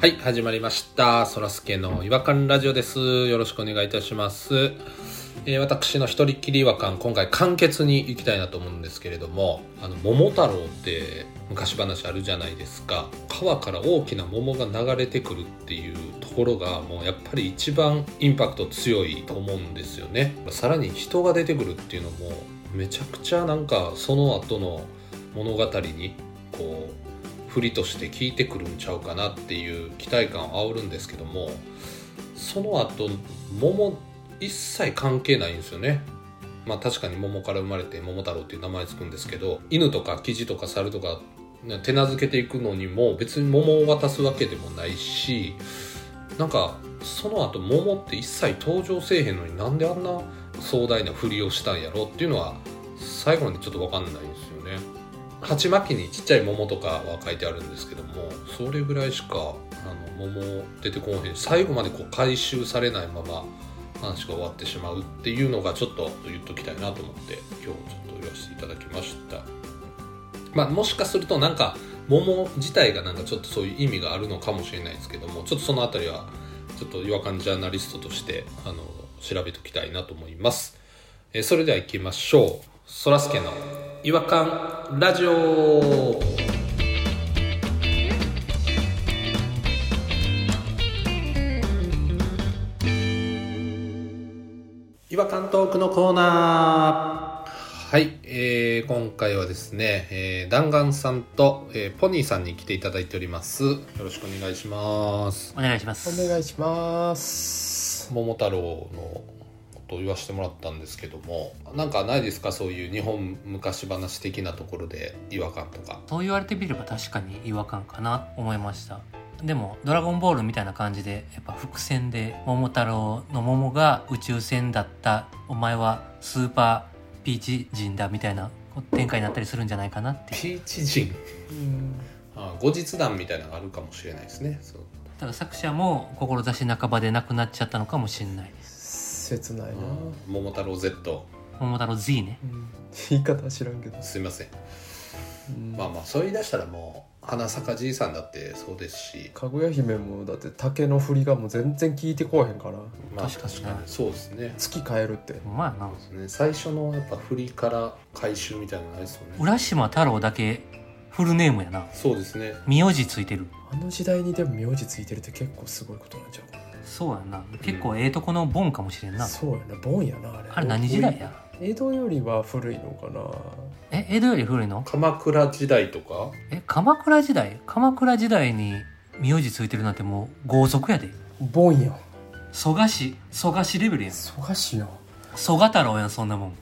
はい、始まりました。そらすけの違和感ラジオです。よろしくお願いいたします。えー私の一人っきり違和感、今回簡潔に行きたいなと思うんですけれども、あの、桃太郎って昔話あるじゃないですか。川から大きな桃が流れてくるっていうところが、もうやっぱり一番インパクト強いと思うんですよね。さらに人が出てくるっていうのも、めちゃくちゃなんかその後の物語に、こう、振りとして効いてくるんちゃうかなっていう期待感を煽るんですけどもその後桃一切関係ないんですよねまあ確かに桃から生まれて桃太郎っていう名前つくんですけど犬とかキジとか猿とかね手なずけていくのにも別に桃を渡すわけでもないしなんかその後桃って一切登場せえへんのになんであんな壮大な振りをしたんやろっていうのは最後までちょっと分かんないんですよね。鉢巻きにちっちゃい桃とかは書いてあるんですけどもそれぐらいしかあの桃出てこんへんし最後までこう回収されないまま話が終わってしまうっていうのがちょっと言っときたいなと思って今日ちょっと言わせていただきましたまあもしかするとなんか桃自体がなんかちょっとそういう意味があるのかもしれないですけどもちょっとその辺りはちょっと違和感ジャーナリストとしてあの調べておきたいなと思いますえーそれでは行きましょうそらすけの違和感ラジオ違和感トークのコーナーはい、えー今回はですね、えー、弾丸さんと、えーポニーさんに来ていただいておりますよろしくお願いしますお願いしまおす願いします桃太郎のことを言わせてもらったんですけどもなんかないですかそういう日本昔話的なところで違和感とかそう言われてみれば確かに違和感かなと思いましたでも「ドラゴンボール」みたいな感じでやっぱ伏線で桃太郎の桃が宇宙船だったお前はスーパーピーチ人だみたいな展開になったりするんじゃないかなっていうピーチ人うんあ後日談みたいなのがあるかもしれないですねそうだから作者も志半ばで亡くなっちゃったのかもしれないです切ないな、あ桃太郎 Z 桃太郎 Z ねうん言い方知らんけど、すいませんうんまあまあそう言い出したらもう花咲かじいさんだってそうですしかぐや姫もだって竹の振りがもう全然聞いてこうへんからまあ確かにねそうですね月変えるってほんまやなそうですね最初のやっぱ振りから回収みたいなのないですよね浦島太郎だけフルネームやなそうですね名字ついてるあの時代にでも名字ついてるって結構すごいことなんちゃうかそうやな結構ええとこのボンかもしれんな、そうやなボンやなあれあれ何時代や江戸よりは古いのかなえ江戸より古いの鎌倉時代とかえ鎌倉時代鎌倉時代に名字ついてるなんてもう豪族やでボンやん蘇我氏蘇我氏レベルやん蘇我氏やん蘇我太郎やんそんなもん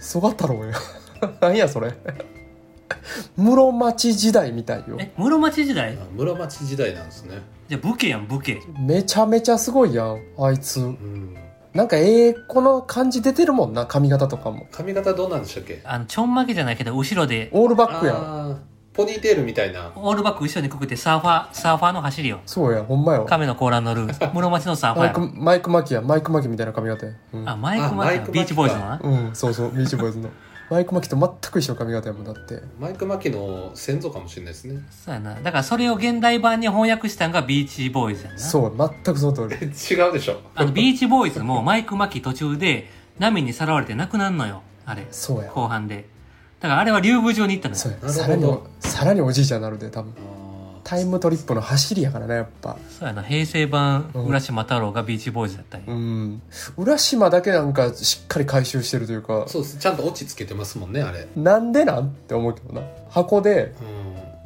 蘇我太郎やん 何やそれ室町時代みたいよえ室町時代あ室町時代なんですねじゃあ武家やん武家めちゃめちゃすごいやんあいつうんなんかええこの感じ出てるもんな髪型とかも髪型どうなんでしたっけあのちょんまげじゃないけど後ろでオールバックやんあーポニーテールみたいなオールバック後ろにくくってサーファーサーファーの走りよそうやほんまよ亀の甲羅乗る室町のサーファマーイクやマイクマキやマイクマキみたいな髪型やうん、あマイクあママイックマッキチービーチボーイズのなうん、そうそうビーチボーイズのマイクマキと全く一緒の髪型やもんだってマイク・マキの先祖かもしれないですねそうやなだからそれを現代版に翻訳したんがビーチボーイズやんなそう全くその通り違うでしょあのビーチボーイズもマイク・マキ途中で波にさらわれて亡くなるのよあれそうや後半でだからあれは竜宮城に行ったのよそうなるほどやさらにおさらにおじいちゃんになるで多分タイムトリップの走りやからねやっぱそうやな平成版うん浦島太郎がビーチボーイズだったんやうん浦島だけなんかしっかり回収してるというかそうですちゃんとオチつけてますもんねあれなんでなんって思うけどな箱で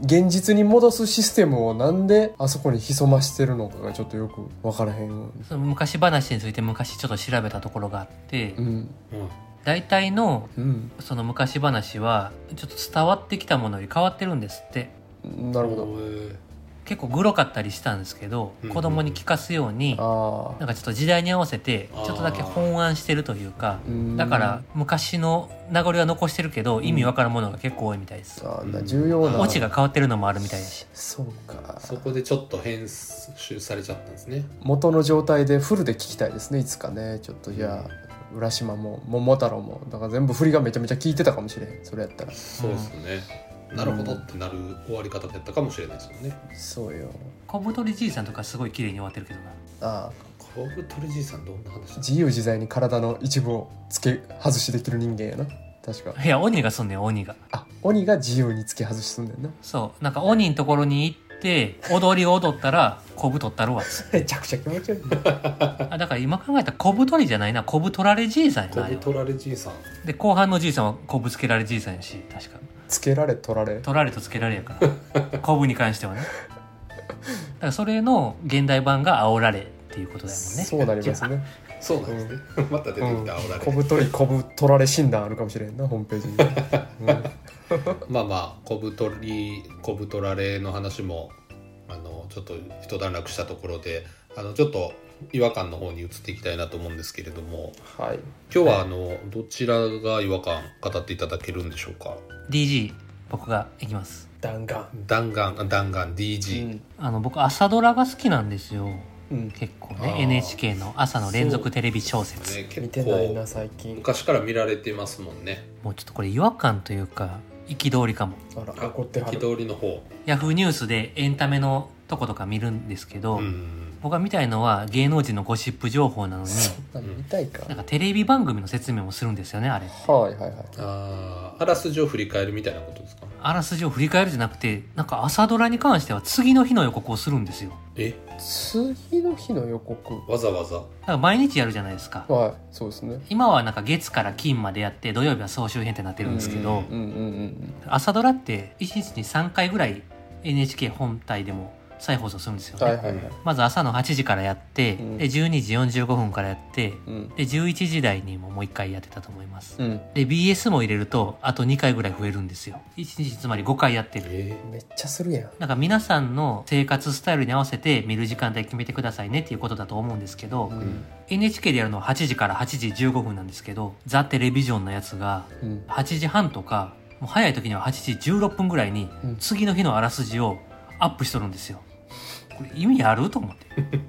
うん現実に戻すシステムをなんであそこに潜ましてるのかがちょっとよく分からへん、その昔話について昔ちょっと調べたところがあってうんうん大体のうん、その昔話はちょっと伝わってきたものより変わってるんですってなるほどおー結構グロかったりしたんですけどうん子供に聞かすようにあなんかちょっと時代に合わせてちあーょっとだけ翻案してるというかあだから昔の名残は残してるけど意味わからんものが結構多いみたいですあーな重要なオチが変わってるのもあるみたいだしそうかそこでちょっと編集されちゃったんですね元の状態でフルで聞きたいですねいつかねちょっとじゃあ浦島も桃太郎もだから全部振りがめちゃめちゃ効いてたかもしれへんそれやったらそうですね、なるほどってなる終わり方だったかもしれないですよね。そうよ小太りじいさんとかすごい綺麗に終わってるけどなああ小太りじいさんどんな話だ自由自在に体の一部を付け外しできる人間やな確かいや鬼がすんねん鬼があ鬼が自由に付け外しすんねんなそうなんか鬼のところに行って踊りを踊ったら小太った るわ めちゃくちゃ気持ち悪いあだから今考えたら小太りじゃないな小太られじいさんや小なあれは太られじいさんで後半のじいさんはこぶつけられじいさんやし確か付けられ取られ取られとつけられやから こぶに関してはねだからそれの現代版が煽られっていうことだもんねそうなりますねそうなんですね、また出てうきんた煽られ、小太り小太られ診断あるかもしれんなホームページに、うんまあまあ小太り小太られの話もあのちょっと一段落したところであのちょっと違和感の方に移っていきたいなと思うんですけれどもはい今日はあの、どちらが違和感語っていただけるんでしょうか DG 僕がいきます弾丸弾丸あ弾丸 DG、あの僕朝ドラが好きなんですようん結構あねー NHK の朝の連続テレビ小説、ね、見結てないな構最近昔から見られてますもんねもうちょっとこれ違和感というか憤りかもあら怒ってはる憤りの方ヤフーニュースでエンタメのとことか見るんですけど、うん僕が見たいのは芸能人のゴシップ情報なのにそんなん見たいかなんかテレビ番組の説明もするんですよねあれはいはいはいあーあらすじを振り返るみたいなことですかあらすじを振り返るじゃなくてなんか朝ドラに関しては次の日の予告をするんですよえ次の日の予告わざわざだから毎日やるじゃないですかはいそうですね今はなんか月から金までやって土曜日は総集編ってなってるんですけうど、んうんうんうん朝ドラって1日に3回ぐらい NHK 本体でも再放送するんですよね、はいはいはいまず朝の8時からやって、うんで12時45分からやってうんで11時台にももう1回やってたと思います、うんで BS も入れるとあと2回ぐらい増えるんですよ1日つまり5回やってるえめっちゃするやんなんか皆さんの生活スタイルに合わせて見る時間帯決めてくださいねっていうことだと思うんですけど、うー、ん NHK でやるのは8時から8時15分なんですけどザ・テレビジョンのやつがうん8時半とかもう早い時には8時16分ぐらいにうん次の日のあらすじをアップしとるんですよこれ意味あると思って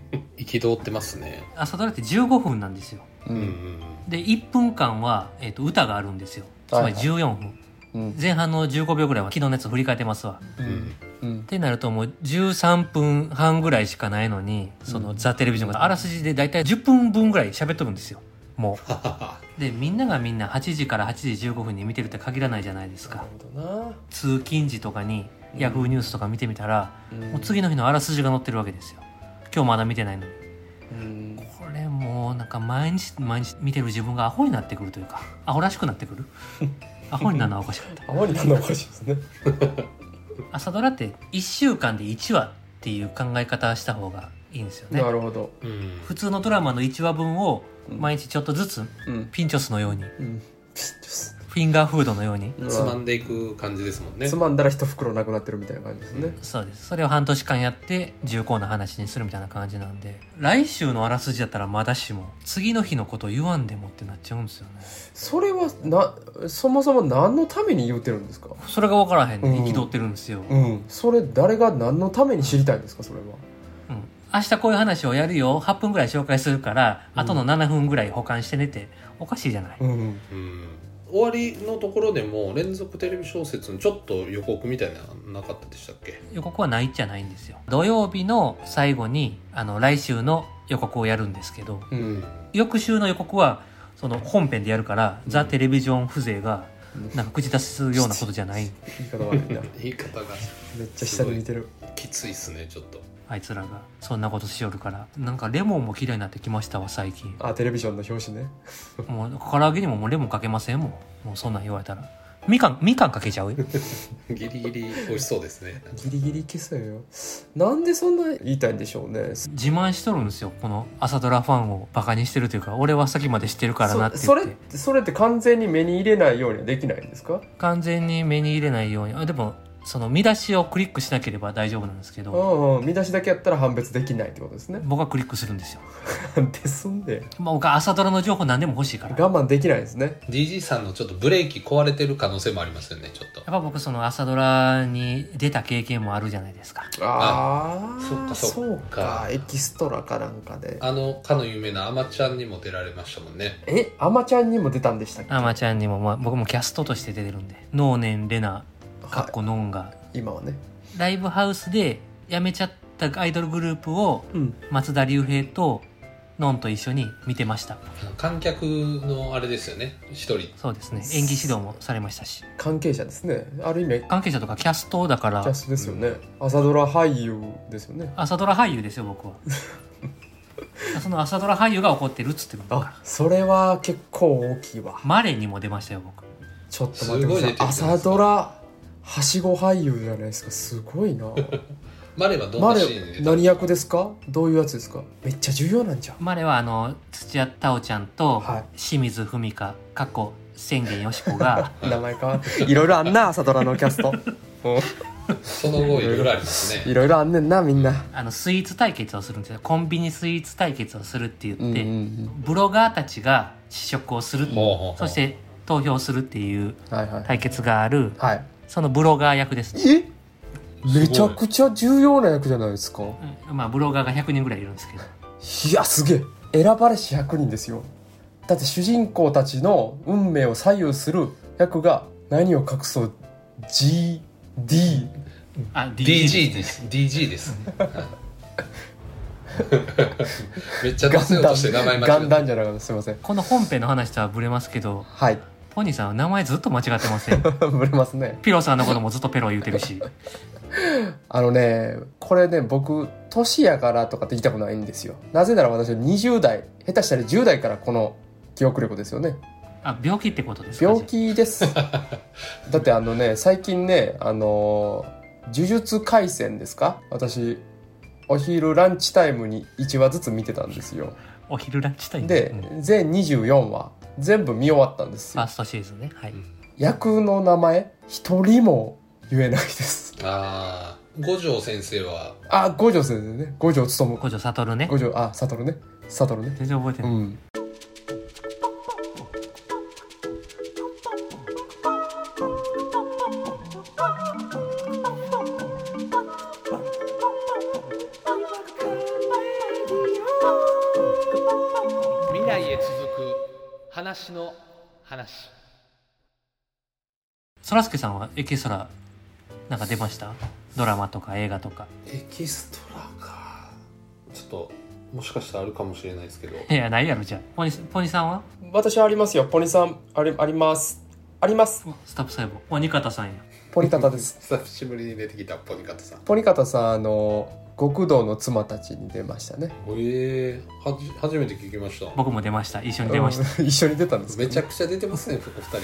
憤ってますね朝ドラって15分なんですよううんうんんで1分間は、えっと歌があるんですよつまり14分、うん前半の15秒ぐらいは昨日のやつ振り返ってますわうん、うんってなるともう13分半ぐらいしかないのにそのうんザ・テレビジョンがあらすじで大体10分分ぐらい喋っとるんですよもはははうでみんながみんな8時から8時15分に見てるって限らないじゃないですなかるほどな通勤時とかにうんヤフーニュースとか見てみたら、もう次のの日のあらすじが載ってるわけですよ今日まだ見てないのにうんこれもうなんか毎日毎日見てる自分がアホになってくるというかアホらしくなって くるアホになるのはおかしかったあまりなんだおかしいですね朝ドラって1週間で1話っていう考え方をした方がいいんですよねなるほどうん普通のドラマの1話分を毎日ちょっとずつうんピンチョスのようにうんピッとすフィンガーフードのようにつまんでいく感じですもんねつまんだら一袋なくなってるみたいな感じですねそうですそれを半年間やって重厚な話にするみたいな感じなんで来週のあらすじだったらまだしも次の日のこと言わんでもってなっちゃうんですよねそれはなそもそも何のために言うてるんですかそれが分からへんでうん憤ってるんですよ、うんうんそれ誰が何のために知りたいんですかそれは明日こういう話をやるよ8分ぐらい紹介するから後の7分ぐらい保管してねっておかしいじゃない、うんうん終わりのところでも連続テレビ小説のちょっと予告みたいなのなかったでしたっけ予告はないじゃないんですよ土曜日の最後にあの来週の予告をやるんですけどううん翌週の予告はその本編でやるから、ザ・テレビジョン風情がうんなんか口出しするようなことじゃない言い方悪 いな言い方がめっちゃ下で見てるきついっすねちょっとあいつらがそんなことしよるからなんかレモンも嫌いになってきましたわ最近あテレビジョンの表紙ねもう唐揚げにももうレモンかけませんもんもうそんなん言われたらみかんみかんかけちゃうよギリギリ美味しそうですねギリギリ消せよなんでそんな言いたいんでしょうね自慢しとるんですよこの朝ドラファンをバカにしてるというか俺は先まで知ってるからなってそ言っそてれってそれって完全に目に入れないようにはできないんですか完全に目に入れないようにあでもその見出しをクリックしなければ大丈夫なんですけうどんうん見出しだけやったら判別できないってことですね僕はクリックするんですよ、ですんでまあ、僕は朝ドラの情報何でも欲しいから我慢できないですね DG さんのちょっとブレーキ壊れてる可能性もありますよねちょっとやっぱ僕その朝ドラに出た経験もあるじゃないですかああそっかそっかうかエキストラかなんかであのかの有名な「あまちゃん」にも出られましたもんねえアマちゃんにも出たんでしたっけアマちゃんにも、まあ、僕もキャストとして出てるんで能年玲奈かっこのんが、今はねライブハウスで辞めちゃったアイドルグループをうん松田龍平とのんと一緒に見てました観客のあれですよね一人そうですね演技指導もされましたし関係者ですねある意味キ関係者とかキャストだかャらスですよね、朝ドラ俳優ですよね朝ドラ俳優ですよ僕 はその朝ドラ俳優が怒ってるっつってことだからあそれは結構大きいわマレーにも出ましたよ僕ちょっと待っすてくださいごい出てるじゃないですか朝ドラはしご俳優じゃないですかすごいなマレーはどんなマレシーンで出た何役ですかどういうやつですかめっちゃ重要なんじゃんマレーはあの土屋太鳳ちゃんとはい清水文香かっこ宣言よしこが 名前かいろいろあんな朝ドラのキャ ストうその後いろいろありますんねいろいろあんねんなみんなあのスイーツ対決をするんですよコンビニスイーツ対決をするって言って、うんうんうんブロガーたちが試食をするほうほうほうそして投票するっていうはいはい対決があるはいそのブロガー役ですね、えめちゃくちゃ重要な役じゃないですかうんまあブロガーが100人ぐらいいるんですけどいやすげえ選ばれし100人ですよだって主人公たちの運命を左右する役が何を隠そう GD あ DG でですす DG ですはいめっちゃ出せようとして名前ガ間違ンえダたンじゃなかったすいませんこの本編の話とはブレますけどはい ポニーさんは名前ずっと間違ってませんぶれますねピロさんのこともずっとペロ言うてるしあのねこれね僕年やからとかって言いたくないんですよなぜなら私は20代下手したら10代からこの記憶力ですよねあ病気ってことですか病気です だってあのね最近ねあのー呪術廻戦ですか私お昼ランチタイムに1話ずつ見てたんですよじゃあお昼ランチタイムでうん全24話全部見終わったんですファよーストシーズンねはい、うん役の名前一人も言えないですああ五条先生はあ五条先生ね五条勉五条悟ね五条あ悟ね悟ね全然覚えてうない、ん未来へ続く話の話そらすけさんはエキストラなんか出ましたドラマとか映画とかエキストラかちょっともしかしたらあるかもしれないですけどいやないやろじゃあポニポニさんは私ありますよポニさんありありますありますスタッフ細胞鬼方さんやポニタタです久しぶりに出てきたポニカトさんポニカタさんあの極道の妻たちに出ましたねええはじ初めて聞きました僕も出ました一緒に出ました、うん 一緒に出たんですめちゃゃくちゃ出てますねお二人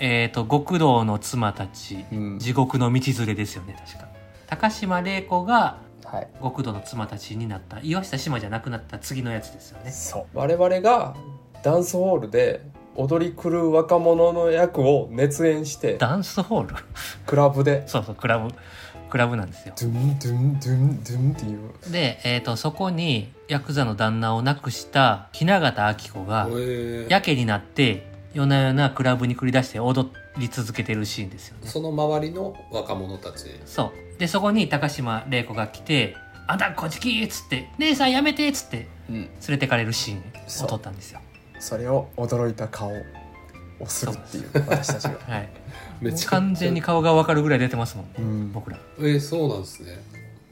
えっ、と極道の妻たち、うん地獄の道連れですよね確か高島玲子がはい極道の妻たちになった岩下志麻じゃなくなった次のやつですよねそう我々がダンスホールで踊り狂う若者の役を熱演してダンスホール クラブでそうそうクラブクラブなんですよドゥンドゥンドゥンドゥンっていうで、えー、とそこにヤクザの旦那を亡くした雛形あき子がええやけになって夜な夜なクラブに繰り出して踊り続けてるシーンですよねその周りの若者たちそうでそこに高島玲子が来て「あんたこじき!」っつって「姉さんやめて!」っつって連れてかれるシーンそをう撮ったんですよそれを驚いた顔をするっていう私たちがはいめちゃ完全に顔がわかるぐらい出てますもんね うん、僕らえー、そうなんですね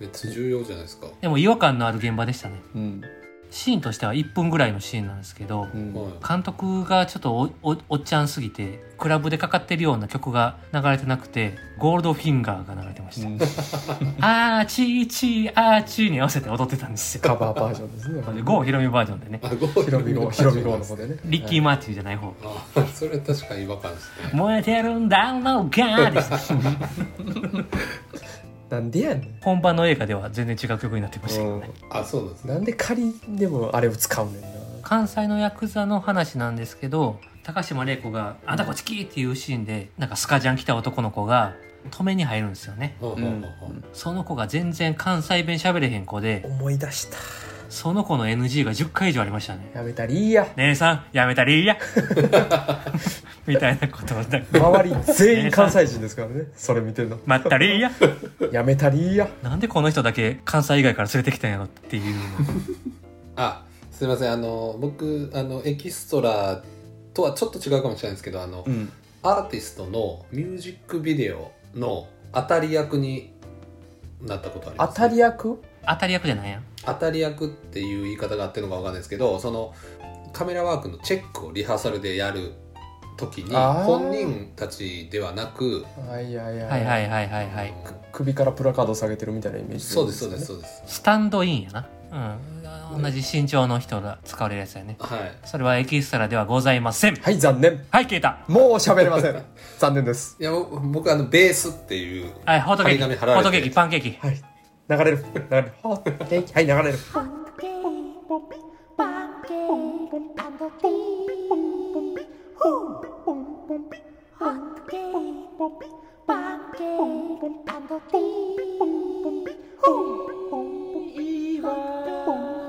めっちゃ重要じゃないですか、でも違和感のある現場でしたねうんシーンとしては1分ぐらいのシーンなんですけどうんはい監督がちょっとおおおっちゃんすぎてクラブでかかってるような曲が流れてなくてゴールドフィンガーが流れてましたあーちーちーあーちーに合わせて踊ってたんですよ。カバーバージョンですねで郷ひろみバージョンでね、あゴーヒロミ 号ヒロミ号の方でねリッキー・マーティンじゃない方、あそれは確かに違和感ですね燃えてるんだろうがです、なんでやねん本番の映画では全然違う曲になってましたけどね。うあそうなんですんねなんで仮でもあれを使うねんな関西のヤクザの話なんですけど、高島玲子が、あんたこっち来いっていうシーンで、なんかスカジャン来た男の子が、止めに入るんですよね。はあはあはあその子が全然関西弁喋れへん子で、思い出したその子の NG が10回以上ありましたね。やめたりいいや姉さん、やめたりいいや みたいなことをなんか、周り全員関西人ですからね それ見てるのまったりいいややめたりいいやなんでこの人だけ関西以外から連れてきたんやろっていうあすいませんあの僕あのエキストラとはちょっと違うかもしれないですけどあの、んアーティストのミュージックビデオの当たり役になったことありま当すたり役当たり役じゃないやん当たり役っていう言い方があってるのかわかんないですけどそのカメラワークのチェックをリハーサルでやる時にあー本人たちではなくはいはいはい、はいはいはいはいはいあの首からプラカード下げてるみたいなイメージ、そうですそうですそうですスタンドインやなうん同じ身長の人が使われるやつやねはいそれはエキストラではございませんはい残念はい消えたもう喋れま せん残念ですいやぼ僕あのベースっていうはいホットケーキホ張り紙貼られてットケーキパンケーキはい流れる流れるはい流れる Pancake, pancake, and a tea. Pancake, pancake, and a tea.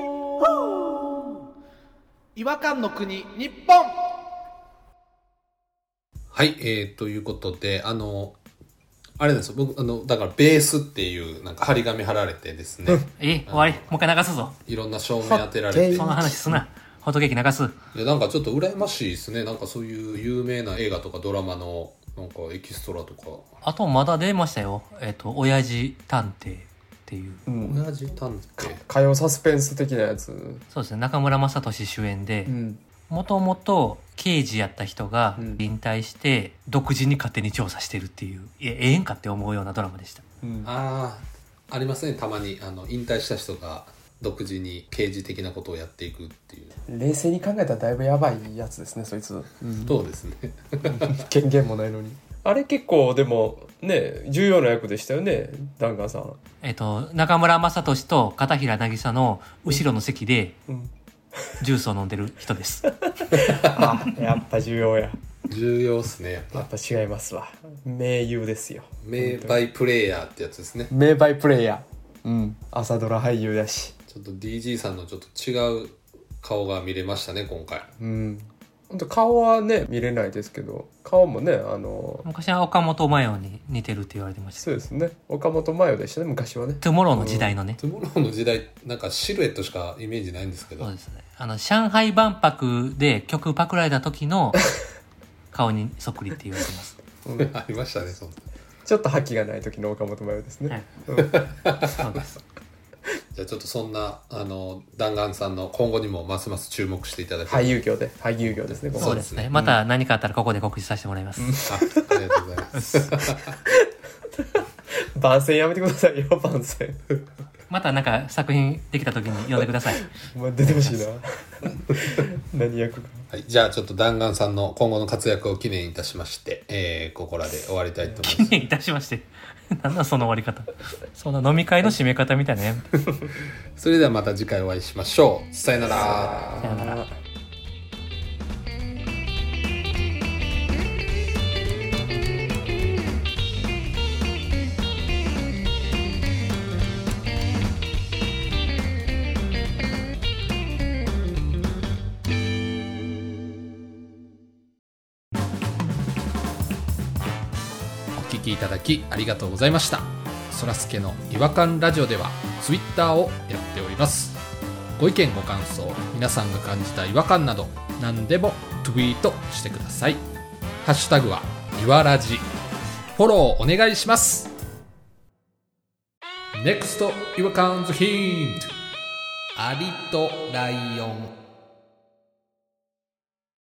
Pancake, 違和感の国日本はいえー、ということであのあれなんですよ僕あのだからベースっていうなんか張り紙貼られてですねえ終わりもう一回流すぞいろんな照明当てられてその話すなホットケーキ流すいやなんかちょっと羨ましいですねなんかそういう有名な映画とかドラマのなんかエキストラとかあとまだ出ましたよえっ、と親父探偵っていう親父探偵火曜サスペンス的なやつそうですね中村雅俊主演でうんもともと刑事やった人がうん引退して独自に勝手に調査してるっていういやええんかって思うようなドラマでしたうんああありますねたまにあの引退した人が独自に刑事的なことをやっていくっていう、冷静に考えたらだいぶやばいやつですねそいつ、そうですね 権限もないのにあれ結構でもね重要な役でしたよねダンガンさん、えっ、と中村雅俊と片平渚の後ろの席でうん、ジュースを飲んでる人ですあやっぱ重要や重要ですねやっやぱっぱ違いますわ名優ですよ名バイプレイヤーってやつですね名バイプレイヤーうん朝ドラ俳優やしちょっと DG さんのちょっと違う顔が見れましたね今回うん本当顔はね見れないですけど顔もねあの昔は岡本真代に似てるって言われて ましたそうですね岡本真代でしたね昔はねトゥモローの時代のねトゥモローの時代なんかシルエットしかイメージないんですけどそうですねあの上海万博で曲パクられた時 の顔にそっくりって言われてます ありましたねそんなちょっと覇気がない時の岡本真代ですね、 はいうんそうですじゃあちょっとそんなあの弾丸さんの今後にもますます注目していただき俳優業で俳優業ですねここそうですねまた何かあったらここで告知させてもらいます、あありがとうございます番宣やめてくださいよ番宣 またなんか作品できた時に呼んでく ださいお前出てほしい な何役かはい、じゃあちょっと弾丸さんの今後の活躍を記念いたしまして、えーここらで終わりたいと思います記念いたしまして なんだその終わり方そんな飲み会の締め方みたいなねそれではまた次回お会いしましょうさよならさよならお聞きいただきありがとうございましたそらすけの違和感ラジオではツイッターをやっておりますご意見ご感想皆さんが感じた違和感など何でもツイートしてくださいハッシュタグはいわらじフォローお願いします NEXT 違和感ズヒントアリとライオン